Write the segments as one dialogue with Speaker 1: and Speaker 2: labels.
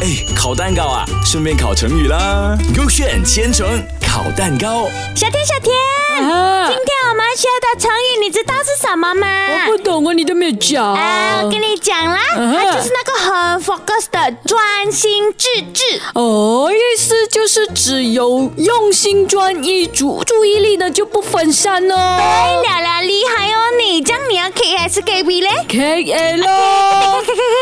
Speaker 1: 哎，烤蛋糕啊，顺便烤成语啦。勾选千层烤蛋糕，
Speaker 2: 小天，小天，
Speaker 3: 啊
Speaker 2: 今天我们学的成语你知道是什么吗？
Speaker 3: 我不懂啊，你都没有讲。
Speaker 2: 啊，我跟你讲啦，
Speaker 3: 嗯哼
Speaker 2: 它就是那个很 focus 的专心致志。
Speaker 3: 哦，意思就是只有用心专一，注注意力呢就不分散
Speaker 2: 哎，
Speaker 3: 哦。
Speaker 2: 聊聊厉害哦你，这样你要 K 还是 K V 嘞？
Speaker 3: K L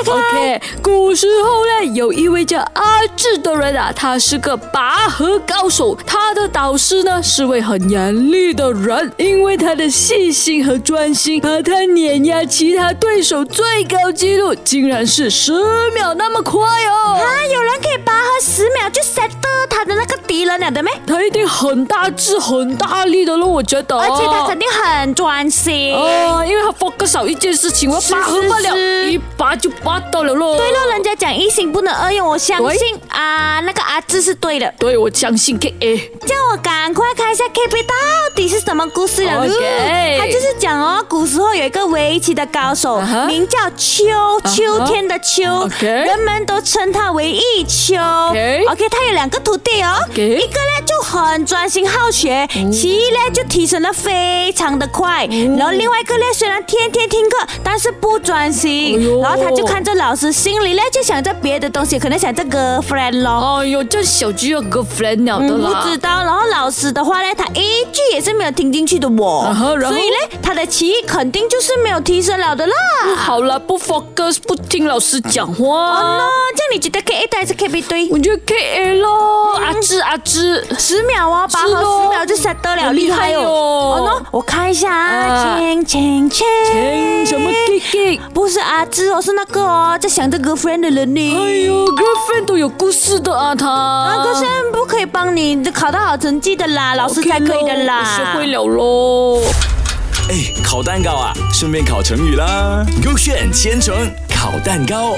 Speaker 3: OK，古时候呢，有一位叫阿志的人啊，他是个拔河高手。他的导师呢是位很严厉的人，因为他的细心和专心，把他碾压其他对手最高纪录竟然是十秒那么快哦。
Speaker 2: 啊，有人可以拔河十秒就 set 他的那个敌人了的没？
Speaker 3: 他一定很大智、很大力的咯，我觉得。
Speaker 2: 而且他肯定很专心。
Speaker 3: 哦，因为他 focus 少一件事情，我拔河不了，
Speaker 2: 是是是
Speaker 3: 一拔就拔到了咯。
Speaker 2: 对了，人家讲一心不能二用，我相
Speaker 3: 对
Speaker 2: 信啊，那个阿志是对的。
Speaker 3: 对，我相信 K A。
Speaker 2: 叫我赶快看一下 K P 到底是什么故事了。
Speaker 3: OK
Speaker 2: 他就是讲哦，古时候有一个围棋的高手
Speaker 3: 啊哈
Speaker 2: 名叫秋，
Speaker 3: 哈
Speaker 2: 秋天的秋
Speaker 3: Uh-huh OK
Speaker 2: 人们都称他为一秋。
Speaker 3: OK
Speaker 2: 他有两个徒弟哦
Speaker 3: OK 嗯
Speaker 2: 一个呢就很专心好学，棋艺呢就提升的非常的快，然后另外一个呢虽然天天听课，但是不专
Speaker 3: 哎
Speaker 2: 心，
Speaker 3: 呦
Speaker 2: 然后他就看着老师，心里呢就想着别的东西，可能想着 girlfriend 咯。
Speaker 3: 哎呦，这小菊要 girlfriend 了的
Speaker 2: 嗯，我
Speaker 3: 啦。
Speaker 2: 知道。然后老师的话呢，他一句也是没有听进去的我，
Speaker 3: 啊哈然后
Speaker 2: 所以呢，他的棋艺肯定就是没有提升了的啦。
Speaker 3: 好了，不 focus，不听老师讲话。
Speaker 2: 哦，这样你觉得 K A 还是 K B 对？
Speaker 3: 我觉得 K A 咯，阿芝阿芝。
Speaker 2: 十秒哦，拔
Speaker 3: 是
Speaker 2: 河
Speaker 3: 咯
Speaker 2: 十秒就杀得了，
Speaker 3: 很厉害
Speaker 2: 哦。
Speaker 3: 哦
Speaker 2: 哦喏，我看一下啊，
Speaker 3: 啊
Speaker 2: 千千千，
Speaker 3: 听哎什么 K K？
Speaker 2: 不是阿芝哦，是那个哦，在想着 girlfriend 的人呢。
Speaker 3: 哎呦，girlfriend 都有故事的啊，他。
Speaker 2: 啊，
Speaker 3: 啊
Speaker 2: 可是不可以帮你考到好成绩的啦，老师才可以的啦。
Speaker 3: 学会了喽。
Speaker 1: 哎，烤蛋糕啊，顺便烤成语啦。勾选千层烤蛋糕。